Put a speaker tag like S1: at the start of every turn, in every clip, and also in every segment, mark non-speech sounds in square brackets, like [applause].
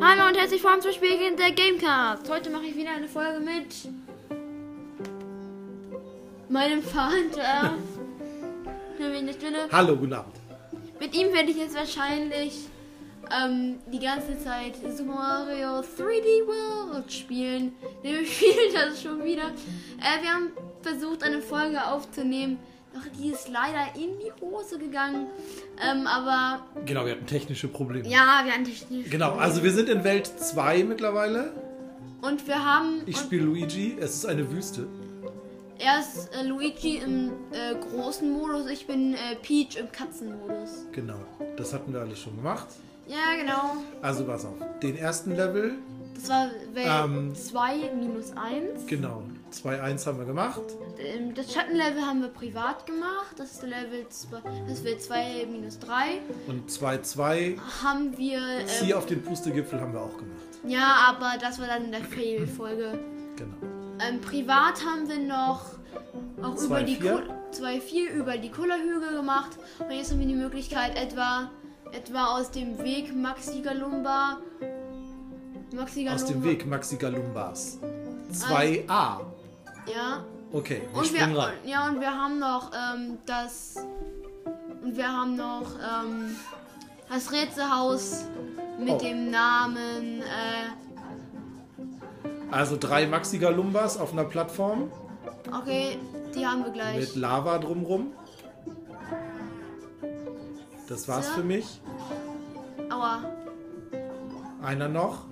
S1: Hallo und herzlich willkommen zum Spiel der Gamecast. Heute mache ich wieder eine Folge mit meinem Vater.
S2: [laughs]
S1: Wenn ich nicht finde.
S2: Hallo, guten Abend.
S1: Mit ihm werde ich jetzt wahrscheinlich ähm, die ganze Zeit Super Mario 3D World spielen. Dem fehlt das schon wieder. Äh, wir haben versucht, eine Folge aufzunehmen. Doch die ist leider in die Hose gegangen. Ähm, aber
S2: Genau, wir hatten technische Probleme.
S1: ja, wir hatten technisch.
S2: Genau, also wir sind in Welt 2 mittlerweile.
S1: Und wir haben.
S2: Ich
S1: und-
S2: spiele Luigi, es ist eine Wüste.
S1: Er ist äh, Luigi im äh, großen Modus, ich bin äh, Peach im Katzenmodus.
S2: Genau, das hatten wir alles schon gemacht.
S1: Ja, genau.
S2: Also pass auf, den ersten Level,
S1: Das war
S2: Ähm.
S1: Welt 2 minus 1.
S2: genau, 2-1 haben wir gemacht.
S1: Ähm, Das Schattenlevel haben wir privat gemacht. Das ist der Level 2, das ist Welt 2 minus 3.
S2: Und 2-2,
S1: Haben wir. Ähm,
S2: Zieh auf den Pustegipfel haben wir auch gemacht.
S1: ja, aber das war dann in der Fail-Folge.
S2: Genau.
S1: Ähm, privat haben wir noch auch über die
S2: 2-4.
S1: 2-4 über die Kullerhügel gemacht. Und jetzt haben wir die Möglichkeit, etwa, etwa aus dem Weg Maxi Galumba. Maxi Galumba.
S2: Aus dem Weg, Maxi Galumbas. 2a.
S1: Ja.
S2: Okay, wir
S1: Und wir,
S2: springen rein.
S1: und- ja, und wir haben noch ähm, das. Und wir haben noch ähm, das Rätselhaus mit
S2: Oh.
S1: dem Namen. Äh,
S2: Also drei Maxi Galumbas auf einer Plattform
S1: okay, die haben wir
S2: mit
S1: gleich.
S2: Lava drumrum. Das war's
S1: So.
S2: für mich.
S1: Aua.
S2: Einer noch.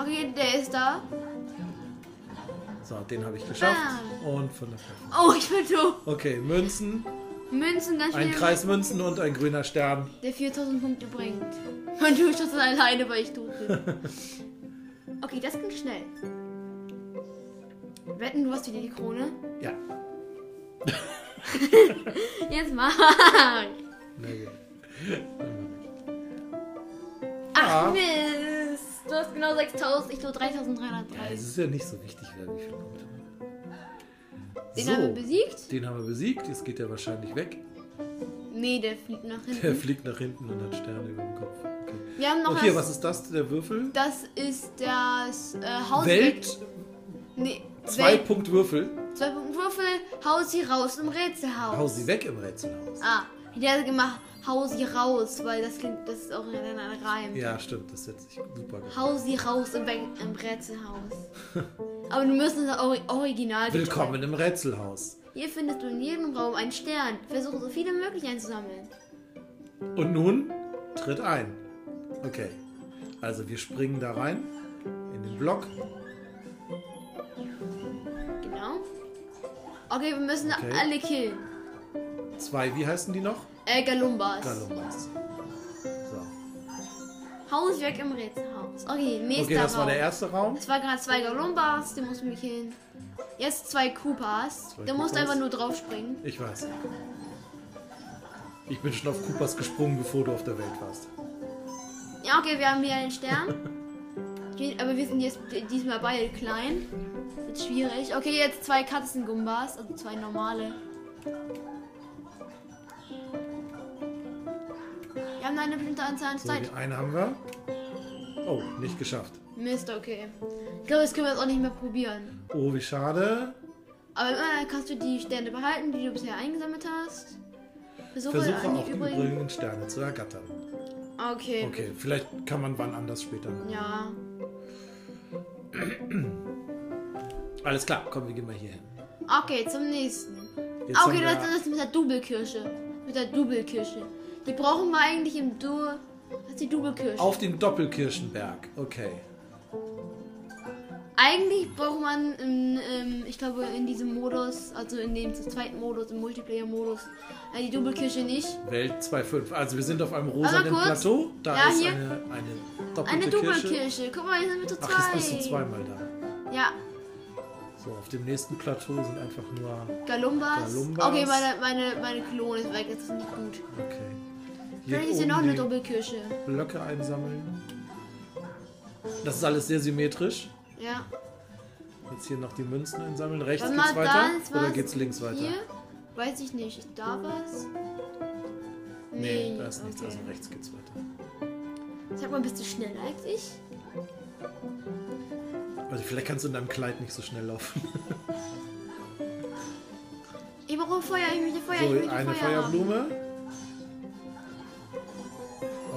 S1: Okay, der ist da.
S2: So, den habe ich geschafft.
S1: Ah.
S2: Und von der Plattform.
S1: Oh, ich bin tot.
S2: Okay, Münzen,
S1: Münzen ganz
S2: ein
S1: viele-
S2: Kreis Münzen und ein grüner Stern.
S1: der 4000 Punkte bringt. Und du schaffst es alleine, weil ich tot bin. Okay, das ging schnell. Wetten, du hast wieder die Krone.
S2: Ja.
S1: Jetzt [laughs] mach.
S2: Na gut.
S1: Ach
S2: Ja.
S1: Mist. Du hast genau 6000, ich nur
S2: Ja,
S1: 3330.
S2: Also, es ist ja nicht so wichtig, wer wie viel Punkte hat.
S1: Den haben wir besiegt?
S2: Den haben wir besiegt. Jetzt geht er wahrscheinlich weg.
S1: Nee, der fliegt nach
S2: Der
S1: hinten.
S2: fliegt nach hinten und hat Sterne über dem Kopf. Okay.
S1: Wir haben noch
S2: Und hier,
S1: das,
S2: was ist das? Der Würfel?
S1: das ist das äh, Haus.
S2: Welt,
S1: Nee,
S2: zwei
S1: Welt.
S2: Punkt Würfel.
S1: Zwei Punkte Würfel. Haus hier raus im Rätselhaus.
S2: Hau sie weg im Rätselhaus.
S1: Ah, der hat gemacht, hau sie raus, weil das klingt, das ist auch in einem Reim.
S2: Ja, stimmt. Das hat sich super gemacht.
S1: Hau sie raus im, Be im
S2: [laughs]
S1: Rätselhaus. Aber du musst es ori original
S2: Willkommen im Rätselhaus.
S1: Hier findest du in jedem Raum einen Stern. Versuche so viele möglich einzusammeln.
S2: Und nun tritt ein. Okay. Also wir springen da rein in den Block.
S1: Genau. Okay, wir müssen
S2: Okay.
S1: alle killen.
S2: Zwei, wie heißen die noch?
S1: Äh, Galumbas.
S2: Galumbas. So.
S1: Hau sie weg im Rätselhaus. Okay, nächster
S2: Okay, das
S1: Raum.
S2: war der erste Raum.
S1: Es war gerade zwei Galumbas, die mussten wir killen. Jetzt zwei Koopas.
S2: Zwei
S1: Der musste
S2: Koopas.
S1: einfach nur draufspringen.
S2: Ich weiß. Ich bin schon auf Koopas gesprungen, bevor du auf der Welt warst.
S1: Ja, okay, wir haben wieder einen Stern. Okay, aber wir sind jetzt diesmal beide klein. Wird schwierig. Okay, jetzt zwei Katzengumbas, also zwei normale. Wir haben eine bestimmte Anzahl an
S2: So,
S1: Zeit.
S2: den einen haben wir. Oh, nicht geschafft.
S1: Mist, okay. Ich glaube, das können wir jetzt auch nicht mehr probieren.
S2: Oh, wie schade.
S1: Aber immerhin kannst du die Sterne behalten, die du bisher eingesammelt hast. Versuche,
S2: Versuche
S1: an
S2: auch
S1: die
S2: die
S1: übrigen.
S2: übrigen Sterne zu ergattern.
S1: Okay.
S2: Okay, vielleicht kann man wann anders später. machen.
S1: Ja.
S2: Alles klar, komm, wir gehen mal hier hin.
S1: Okay, zum nächsten.
S2: Jetzt
S1: okay,
S2: haben
S1: das
S2: wir-
S1: ist das mit der Doppelkirsche. Mit der Doppelkirsche. Die brauchen wir eigentlich im Dur. Das ist die Doppelkirsche.
S2: Auf den Doppelkirschenberg. Okay.
S1: Eigentlich braucht man, in, ähm, ich glaube, in diesem Modus, also in dem zu zweiten Modus, im Multiplayer-Modus, äh, die Doppelkirsche nicht.
S2: Welt 2.5. Also wir sind auf einem rosanen
S1: kurz.
S2: Plateau. Da
S1: Ja,
S2: ist
S1: hier.
S2: eine, eine doppelte
S1: Eine
S2: Kirsche.
S1: Doppelkirsche. Guck mal, hier sind wir zu
S2: Ach, jetzt
S1: zweit.
S2: bist du zweimal da.
S1: Ja,
S2: So, auf dem nächsten Plateau sind einfach nur...
S1: Galumbas.
S2: Galumbas.
S1: Okay, meine, meine, meine Klone ist weg, das ist nicht gut.
S2: Okay. Hier
S1: Vielleicht ist hier
S2: oben
S1: noch eine
S2: die
S1: Doppelkirsche.
S2: Blöcke einsammeln. Das ist alles sehr symmetrisch.
S1: Ja.
S2: Jetzt hier noch die Münzen einsammeln. Rechts
S1: Wenn
S2: geht's
S1: man
S2: weiter
S1: da ist,
S2: oder
S1: was
S2: geht's links weiter?
S1: Hier? Weiß ich nicht. Ist da was?
S2: Nee, da ist nichts.
S1: okay.
S2: Also rechts geht's weiter.
S1: Sag mal, bist du schneller als ich?
S2: Also vielleicht kannst du in deinem Kleid nicht so schnell laufen.
S1: Ich brauche Feuer, ich möchte Feuer, ich
S2: so,
S1: möchte
S2: eine
S1: Feuer haben.
S2: Feuerblume.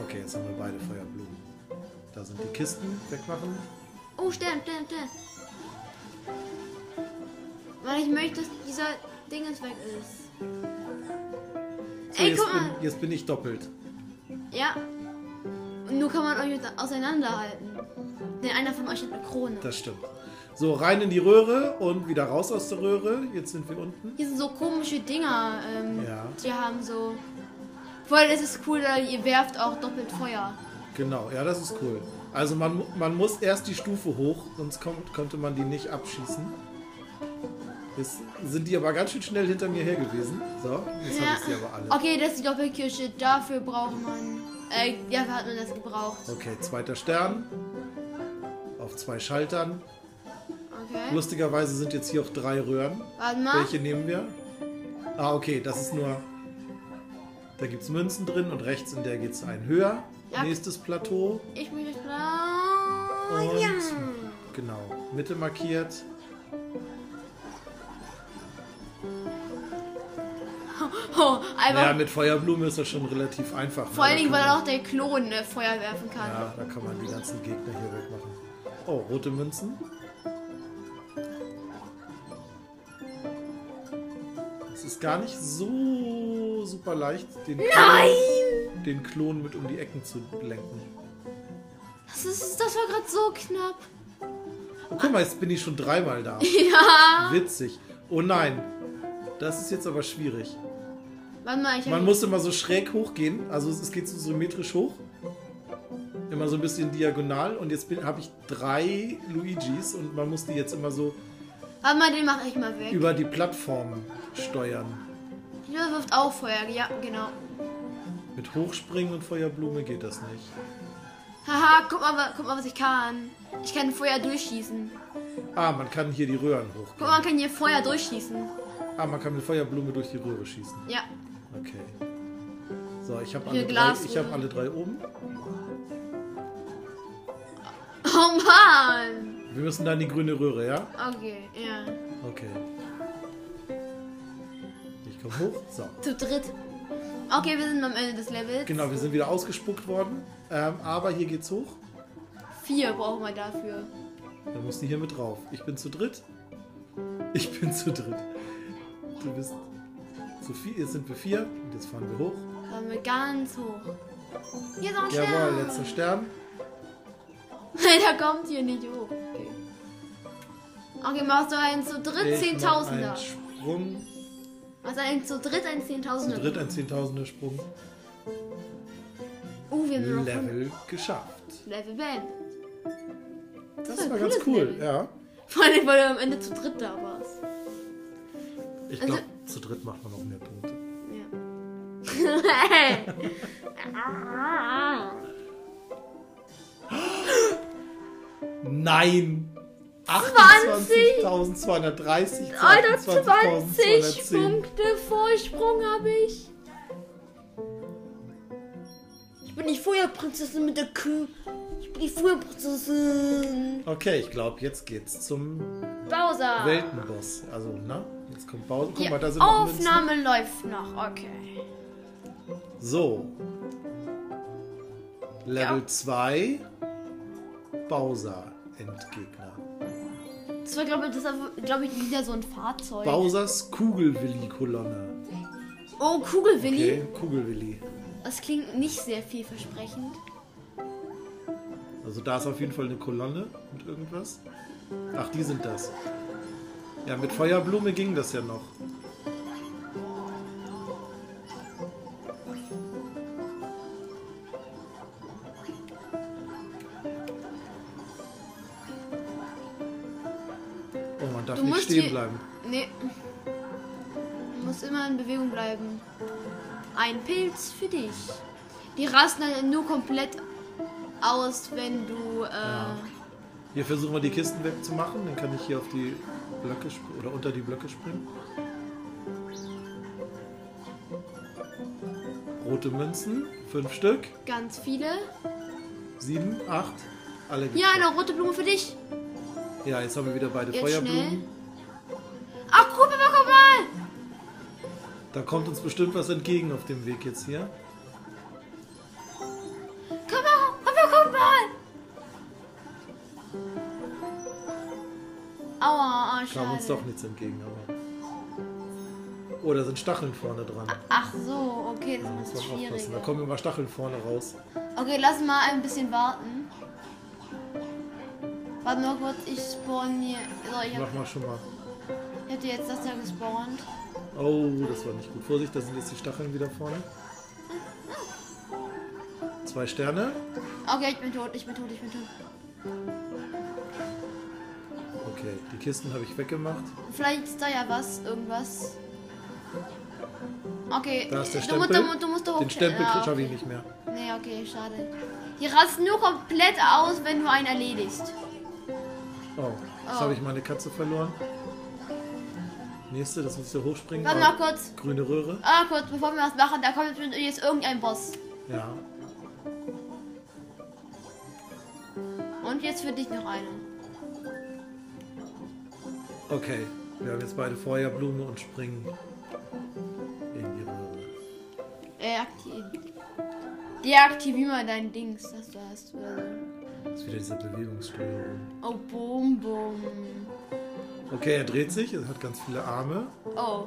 S2: Okay, jetzt haben wir beide Feuerblumen. Da sind die Kisten. Wegmachen.
S1: Oh, Stern, Stern, Stern. Weil ich möchte, dass dieser Dingens weg ist.
S2: So,
S1: Ey,
S2: jetzt,
S1: guck mal.
S2: bin, jetzt bin ich doppelt.
S1: Ja. Und nur kann man euch jetzt auseinanderhalten. Denn einer von euch hat eine Krone.
S2: Das stimmt. So, rein in die Röhre und wieder raus aus der Röhre. Jetzt sind wir unten.
S1: Hier sind so komische Dinger. Ähm,
S2: Ja.
S1: Die haben so. Voll, es ist cool, weil ihr werft auch doppelt Feuer.
S2: Genau, ja, das ist cool. Also man, mu- man muss erst die Stufe hoch, sonst kommt, konnte man die nicht abschießen. Jetzt sind die aber ganz schön schnell hinter mir her gewesen. So, jetzt habe ich sie aber alle.
S1: Okay, das ist die Doppelkirsche. Dafür braucht man. Äh, dafür hat man das gebraucht.
S2: Okay, zweiter Stern. Auf zwei Schaltern.
S1: Okay.
S2: Lustigerweise sind jetzt hier auch drei Röhren.
S1: Warte mal.
S2: Welche nehmen wir? Ah, okay, das ist nur. Da gibt es Münzen drin und rechts in der geht es ein höher.
S1: Ja.
S2: Nächstes Plateau.
S1: Ich bin jetzt blau.
S2: Und-
S1: Ja.
S2: Genau, Mitte markiert.
S1: Oh,
S2: Ja,
S1: einfach.
S2: mit Feuerblume ist das schon relativ einfach. ne?
S1: vor allen Dingen,
S2: Da
S1: weil
S2: kann
S1: auch der Klon ne, Feuer werfen kann.
S2: man- Ja, da kann man die ganzen Gegner hier wegmachen. Oh, rote Münzen. Es ist gar nicht so super leicht, den Klon, den Klon mit um die Ecken zu lenken.
S1: Das, ist, das war gerade so knapp.
S2: Oh, guck mal, jetzt bin ich schon dreimal da.
S1: [laughs] Ja.
S2: Witzig. Oh nein, das ist jetzt aber schwierig.
S1: Warte mal, ich hab-
S2: Man muss immer so schräg hochgehen, also es es geht so symmetrisch hoch. Immer so ein bisschen diagonal und jetzt habe ich drei Luigis und man muss die jetzt immer so
S1: Warte mal, den mache ich mal weg.
S2: über die Plattform steuern.
S1: Jonas wirft auch Feuer. Ja, genau.
S2: Mit Hochspringen und Feuerblume geht das nicht.
S1: Haha, guck mal, wa- guck mal, was ich kann. Ich kann Feuer durchschießen.
S2: Ah, man kann hier die Röhren
S1: Guck mal, man
S2: hochgehen.
S1: kann hier Feuer durchschießen.
S2: Ah, man kann mit Feuerblume durch die Röhre schießen.
S1: Ja.
S2: Okay. So, ich habe
S1: Hier
S2: alle, drei-
S1: Glas-
S2: ich hab alle drei oben.
S1: Oh Mann.
S2: Wir müssen dann in die grüne Röhre, ja?
S1: Okay, ja.
S2: Okay. Ich komme hoch. So.
S1: Zu dritt. Okay, wir sind am Ende des Levels.
S2: Genau, wir sind wieder ausgespuckt worden. Ähm, aber hier geht's hoch.
S1: Vier brauchen wir dafür.
S2: Dann musst du hier mit drauf. Ich bin zu dritt. Ich bin zu dritt. Du bist zu vier. Jetzt sind wir vier. Und jetzt fahren wir hoch.
S1: Fahren wir ganz hoch. Hier ist noch ein Stern.
S2: Jawohl, letzter Stern.
S1: Nein, [laughs] der kommt hier nicht hoch. Okay. Okay, machst du einen zu dritt
S2: Ich mach einen
S1: Zehntausender.
S2: Sprung.
S1: Machst du einen zu dritt einen
S2: Zu
S1: Zehntausender.
S2: dritt ein Zehntausender Sprung.
S1: Oh, wir haben nur noch fünf.
S2: Level geschafft.
S1: Level Band.
S2: Das
S1: ein
S2: war ganz
S1: cooles
S2: cool.
S1: Level.
S2: Ja.
S1: Vor allem, weil du am Ende zu dritt da warst.
S2: Ich
S1: Also-
S2: glaube, zu dritt macht man noch mehr Punkte. [laughs]
S1: Ja. [laughs] Ah.
S2: Nein!
S1: 20.
S2: 28.230.
S1: Alter, 20
S2: 28.210.
S1: Punkte Vorsprung habe ich. Ich bin die Feuerprinzessin mit der Kuh. Ich bin die Feuerprinzessin.
S2: Okay, ich glaube, jetzt geht's zum
S1: Bowser.
S2: Weltenboss. Also, ne? Jetzt kommt Pause. Guck
S1: Die
S2: mal, da sind noch Münzen.
S1: Aufnahme läuft noch. Okay.
S2: So. Level
S1: Ja.
S2: 2. Bowser Endgegner.
S1: Das war, glaube ich, das war, glaube ich, wieder so ein Fahrzeug.
S2: Bowsers Kugelwilli-Kolonne.
S1: oh, Kugelwilli.
S2: Okay, Kugelwilli.
S1: Das klingt nicht sehr vielversprechend.
S2: Also da ist auf jeden Fall eine Kolonne mit irgendwas. Ach, die sind das. Ja, mit Feuerblume ging das ja noch. Oh, man darf
S1: Du
S2: nicht
S1: musst
S2: stehen
S1: hier-
S2: bleiben.
S1: Nee. Du musst immer in Bewegung bleiben. Ein Pilz für dich. Die rasten dann nur komplett aus, wenn du. Äh,
S2: Ja. Hier versuchen wir die Kisten wegzumachen, dann kann ich hier auf die Blöcke sp- oder unter die Blöcke springen. Rote Münzen, fünf Stück,
S1: ganz viele.
S2: sieben, acht. Alle gibt's
S1: Ja,
S2: noch.
S1: eine rote Blume für dich.
S2: ja, jetzt haben wir wieder beide
S1: Jetzt
S2: Feuerblumen.
S1: schnell. Ach, Gruppe, komm mal!
S2: Da kommt uns bestimmt was entgegen auf dem Weg jetzt hier.
S1: Komm mal, komm mal, komm mal! Aua, oh, schade.
S2: Kam uns doch nichts entgegen, aber. Oh, da sind Stacheln vorne dran.
S1: Ach so, okay, das ist ein bisschen
S2: Muss man aufpassen.
S1: schwierig.
S2: Da kommen immer Stacheln vorne raus.
S1: Okay, lass mal ein bisschen warten. Warte nur kurz, ich spawn hier. So, ich hab,
S2: Mach mal schon mal.
S1: ich hab dir jetzt das da gespawnt.
S2: Oh, das war nicht gut. Vorsicht, da sind jetzt die Stacheln wieder vorne. Zwei Sterne.
S1: Okay, ich bin tot, ich bin tot, ich bin tot.
S2: Okay, die Kisten habe ich weggemacht.
S1: Vielleicht ist da ja was, irgendwas. Okay,
S2: Da ist der
S1: du, musst-
S2: Stempel.
S1: du, musst- du musst da hoch.
S2: Den Stempel
S1: ja,
S2: schaffe ich
S1: okay.
S2: nicht mehr.
S1: Nee, okay, schade. Die rasten nur komplett aus, wenn du einen erledigst.
S2: Oh, jetzt
S1: Oh.
S2: habe ich meine Katze verloren. Nächste, das muss ja hochspringen.
S1: Warte
S2: aber
S1: mal kurz.
S2: Grüne Röhre.
S1: Ah, kurz, bevor wir was machen, da kommt jetzt irgendein Boss.
S2: Ja.
S1: Und jetzt für dich noch einer.
S2: Okay, wir haben jetzt beide Feuerblume und springen in die Röhre.
S1: Äh, aktivieren. Deaktivier mal dein Dings, das du hast. Oder so.
S2: Das ist wieder diese Bewegungssteuerung.
S1: Oh, boom, boom.
S2: Okay, er dreht sich, er hat ganz viele Arme.
S1: Oh.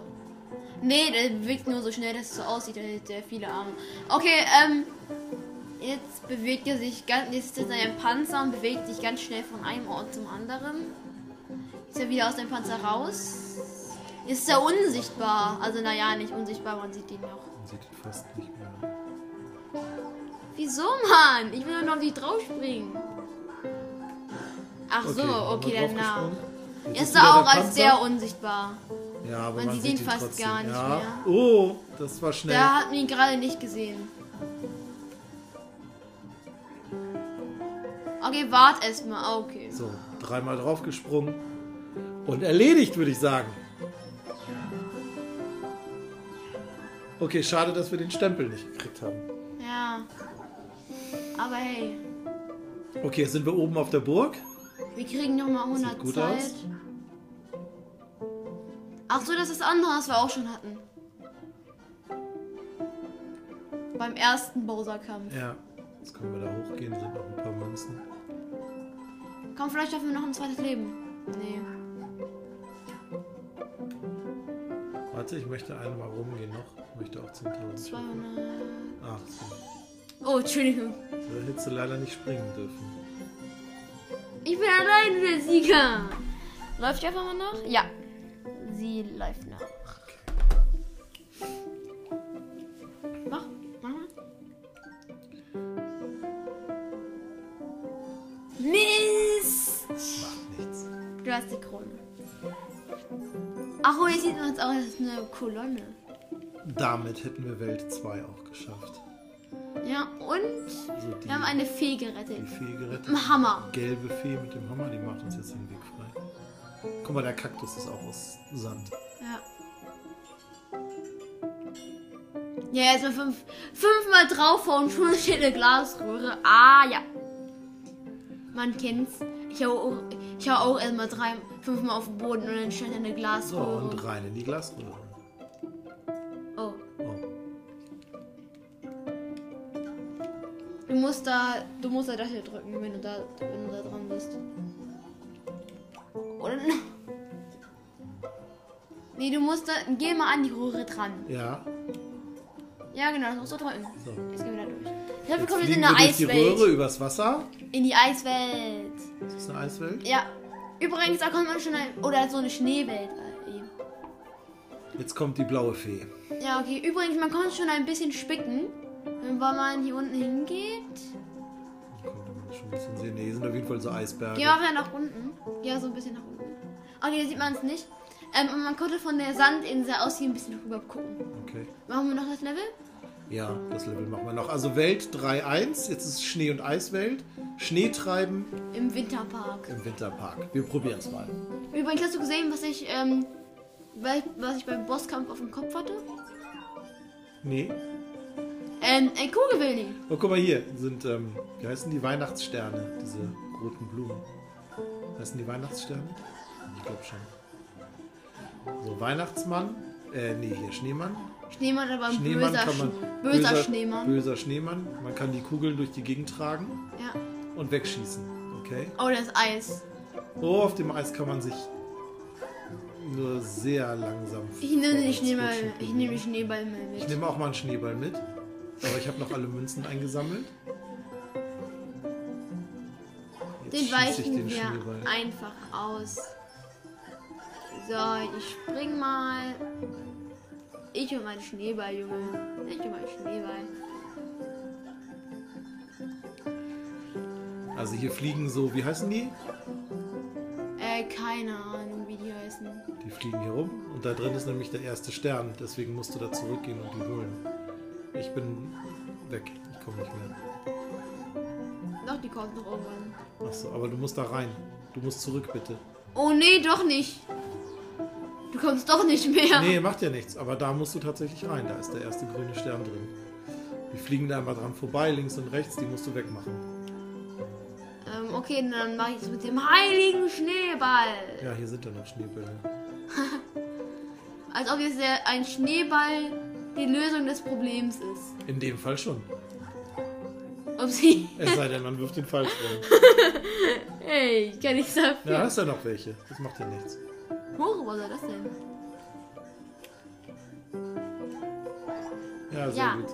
S1: Nee, der bewegt nur so schnell, dass es so aussieht, als hätte er viele Arme. Okay, ähm. Jetzt bewegt er sich ganz. Jetzt ist er ein Panzer und bewegt sich ganz schnell von einem Ort zum anderen. Ist er wieder aus dem Panzer raus? Ist er unsichtbar? Also, naja, nicht unsichtbar, man sieht ihn noch.
S2: Man sieht ihn fast nicht mehr.
S1: Wieso, Mann? Ich will doch noch auf die draufspringen. Ach so,
S2: nochmal
S1: okay, dann nah.
S2: draufgesprungen. Jetzt
S1: Ist
S2: wieder
S1: er auch
S2: der
S1: als
S2: Panzer.
S1: sehr unsichtbar.
S2: Ja, aber
S1: Man
S2: man,
S1: sieht ihn fast
S2: trotzdem.
S1: gar nicht
S2: ja. mehr. Oh, das war schnell.
S1: Da hat man ihn gerade nicht gesehen. Okay, wart erstmal. Okay.
S2: So, dreimal draufgesprungen. Und erledigt, würde ich sagen. Okay, schade, dass wir den Stempel nicht gekriegt haben.
S1: Ja. Aber hey,
S2: Okay, jetzt sind wir oben auf der Burg.
S1: wir kriegen nochmal 100
S2: gut
S1: Zeit.
S2: aus.
S1: Ach so, das ist das andere, was wir auch schon hatten. Beim ersten Bowser-Kampf.
S2: Ja, jetzt können wir da hochgehen, sind noch ein paar Münzen.
S1: Komm, vielleicht schaffen wir noch ein zweites Leben. Nee.
S2: Warte, ich möchte einmal rumgehen noch. Ich möchte auch zum Tor.
S1: 200.
S2: Ach, so.
S1: Oh, Entschuldigung.
S2: da hättest du leider nicht springen dürfen.
S1: Ich bin allein der Sieger. Läuft die einfach mal noch? Ja. Sie läuft nach. Mach, mach mal. Mist!
S2: Macht nichts.
S1: Du hast die Krone. Ach, oh, jetzt sieht man es auch, das ist eine Kolonne.
S2: Damit hätten wir Welt 2 auch geschafft.
S1: Ja, und
S2: Also die,
S1: wir haben eine Fee
S2: die
S1: gerettet.
S2: Fee gerettet.
S1: Ein Hammer.
S2: gelbe Fee mit dem Hammer, die macht uns jetzt den Weg frei. Guck mal, der Kaktus ist auch aus Sand.
S1: Ja. Ja, jetzt mal fünf, fünfmal draufhauen, [laughs] schon steht eine Glasröhre. Ah, ja. Man kennt's. Ich hau auch, ich hau auch erstmal drei, fünfmal auf den Boden und dann steht eine
S2: So, und
S1: Glasröhre.
S2: rein in die Glasröhre.
S1: Oh,
S2: Oh,
S1: du musst da, du musst da das hier drücken, wenn du da, wenn du da dran bist. Oder? [laughs] Nee, du musst da, geh mal an die Röhre dran.
S2: ja.
S1: Ja, genau, das musst du drücken.
S2: So.
S1: Jetzt gehen wir da durch. Ich hoffe, wir
S2: Jetzt
S1: kommen jetzt
S2: fliegen
S1: in eine
S2: wir durch die
S1: Eiswelt.
S2: Röhre übers Wasser.
S1: In die Eiswelt.
S2: Ist das eine Eiswelt?
S1: Ja. Übrigens, da kommt man schon ein, oder so eine Schneewelt. äh,
S2: Jetzt kommt die blaue Fee.
S1: Ja, okay. Übrigens, man kann schon ein bisschen spicken, wenn man hier unten hingeht.
S2: Da konnte man das schon ein bisschen sehen. Nee, hier sind auf jeden Fall so Eisberge.
S1: Geh mal wieder nach unten. Ja, so ein bisschen nach unten. Okay, hier sieht man es nicht. Ähm, und man konnte von der Sandinsel aus hier ein bisschen rüber gucken.
S2: Okay.
S1: Machen wir noch das Level?
S2: Ja, das Level machen wir noch. Also Welt 3.1, jetzt ist Schnee- und Eiswelt. Schneetreiben
S1: Im Winterpark.
S2: im Winterpark. Wir probieren es mal.
S1: Übrigens, hast du gesehen, was ich, ähm, weil- was ich beim Bosskampf auf dem Kopf hatte?
S2: Nee.
S1: Ähm, ein Kugelwilling.
S2: Oh, guck mal hier, sind, ähm, wie heißen die Weihnachtssterne? Diese roten Blumen. Heißen die Weihnachtssterne? Ich glaube schon. So, Weihnachtsmann. Äh, nee, hier Schneemann.
S1: Schneemann, aber ein
S2: Schneemann
S1: böser,
S2: kann man.
S1: Sch- böser, Schneemann.
S2: Böser Schneemann. Man kann die Kugeln durch die Gegend tragen
S1: Ja.
S2: und wegschießen. Okay.
S1: Oh, das ist Eis.
S2: So, auf dem Eis kann man sich nur sehr langsam.
S1: Ich nehme den
S2: vorwärts
S1: Schneeball,
S2: rutschen.
S1: ich nehme den Schneeball mal
S2: Ich
S1: mit.
S2: nehme auch mal einen Schneeball mit. Aber ich habe noch alle Münzen eingesammelt. Jetzt
S1: Den
S2: schieße
S1: weichen
S2: ich den
S1: wir
S2: Schneeball.
S1: einfach aus. So, ich spring mal. Ich und mein Schneeball, Junge. Ich und mein Schneeball.
S2: Also hier fliegen so, wie heißen die?
S1: Äh, keine Ahnung, wie die heißen.
S2: Die fliegen hier rum und da drin ist nämlich der erste Stern. Deswegen musst du da zurückgehen und die holen. Ich bin weg. Ich komme nicht mehr.
S1: Doch, die kommt noch irgendwann.
S2: Achso, aber du musst da rein. Du musst zurück, bitte.
S1: Oh nee, doch nicht. Du kommst doch nicht mehr.
S2: Nee, macht ja nichts. Aber da musst du tatsächlich rein. Da ist der erste grüne Stern drin. Die fliegen da immer dran vorbei, links und rechts. Die musst du wegmachen.
S1: Ähm, okay, dann mache ich es mit dem heiligen Schneeball.
S2: Ja, hier sind dann noch Schneebälle.
S1: Als ob jetzt der, ein Schneeball die Lösung des Problems ist.
S2: In dem Fall schon.
S1: Ob sie.
S2: Es sei denn, man wirft den falsch rum.
S1: Hey, ich kann nichts dafür.
S2: Ja, da ist ja noch welche. Das macht ja nichts.
S1: Hure, was soll das denn?
S2: Ja, sehr
S1: Ja.
S2: gut.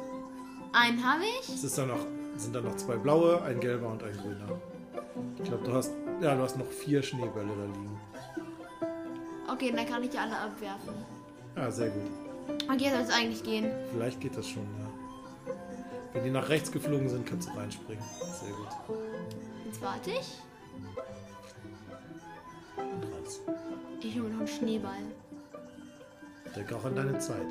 S1: Einen habe ich.
S2: Es ist dann noch, sind dann noch zwei blaue, ein gelber und ein grüner. Ich glaube, du hast, ja, du hast noch vier Schneebälle da liegen.
S1: Okay, dann kann ich die alle abwerfen.
S2: Ja, Ah, sehr gut.
S1: Und jetzt soll es eigentlich gehen.
S2: Vielleicht geht das schon, ja. Wenn die nach rechts geflogen sind, kannst du reinspringen. Sehr gut.
S1: Jetzt warte ich.
S2: Krass.
S1: Ich hole mir noch einen Schneeball.
S2: Denk auch an deine Zeit.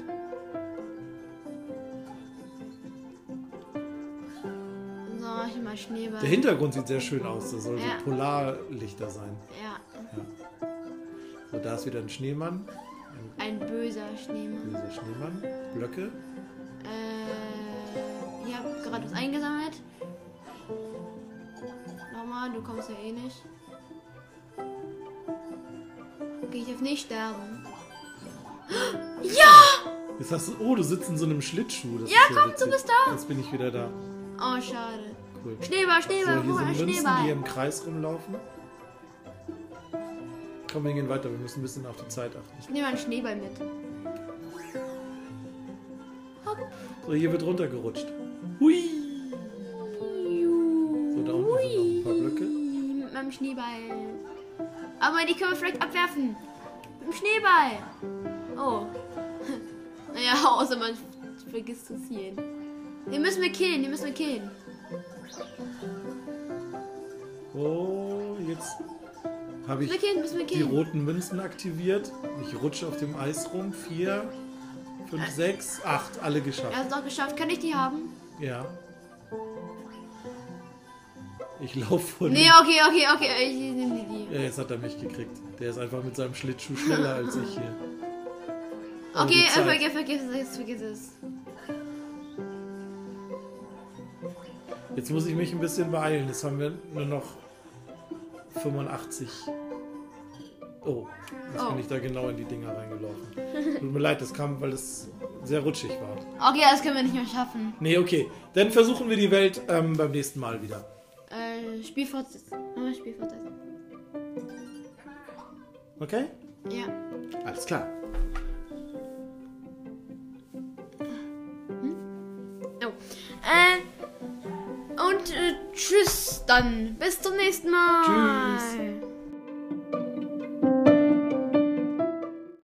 S1: So, ich hole mal Schneeball.
S2: Der Hintergrund sieht sehr schön aus. Da sollen
S1: Ja.
S2: so Polarlichter sein.
S1: ja,
S2: So, da ist wieder ein Schneemann. Ein
S1: ein böser Schneemann.
S2: böser Schneemann. Blöcke.
S1: Äh, ich habe gerade was eingesammelt. Nochmal, du kommst ja eh nicht. Okay, ich darf nicht sterben.
S2: Jetzt hast du, oh, du sitzt in so einem Schlittschuh. Das
S1: Ja,
S2: ist
S1: komm, du
S2: witzig.
S1: bist da.
S2: Jetzt bin ich wieder da.
S1: Oh, schade.
S2: Cool.
S1: Schneeball,
S2: So,
S1: Schneeball,
S2: hier
S1: hol einen
S2: sind Münzen, die hier
S1: Schneeball.
S2: im Kreis rumlaufen. Komm, wir gehen weiter. Wir müssen ein bisschen auf die Zeit achten.
S1: Ich nehme einen Schneeball mit. Hopp.
S2: So, hier wird runtergerutscht. Hui!
S1: So,
S2: da unten sind noch ein paar Blöcke.
S1: Mit meinem Schneeball. Aber die können wir vielleicht abwerfen. Mit dem Schneeball. Oh. [laughs] Naja, außer man vergisst zu zielen. Den müssen wir killen, den müssen wir killen.
S2: Oh, jetzt habe
S1: Müssen wir
S2: ich
S1: killen, müssen wir
S2: die
S1: killen.
S2: roten Münzen aktiviert. Ich rutsche auf dem Eis rum. Vier, fünf, sechs, acht. Alle
S1: Er
S2: geschafft.
S1: hat es auch geschafft. Kann ich die haben?
S2: Ja. Ich laufe vor
S1: Nee,
S2: dem-
S1: okay, okay, okay. Ich nehme die.
S2: Ja, jetzt hat er mich gekriegt. Der ist einfach mit seinem Schlittschuh schneller als ich hier. Oh, die
S1: Okay, äh,
S2: Zeit.
S1: vergiss, vergiss es, vergiss es.
S2: Jetzt muss ich mich ein bisschen beeilen. Jetzt haben wir nur noch 85. Oh, jetzt
S1: Oh.
S2: bin ich da genau in die Dinger reingelaufen. Tut mir leid, das kam, weil das sehr rutschig war.
S1: Okay, das können wir nicht mehr schaffen.
S2: Nee, okay. Dann versuchen wir die Welt ähm, beim nächsten Mal wieder.
S1: Äh, Spiel fortsetzen. Nochmal Spiel fortsetzen.
S2: Okay?
S1: Ja.
S2: Alles klar.
S1: Oh. Äh, und äh, tschüss dann. Bis zum nächsten Mal.
S2: Tschüss.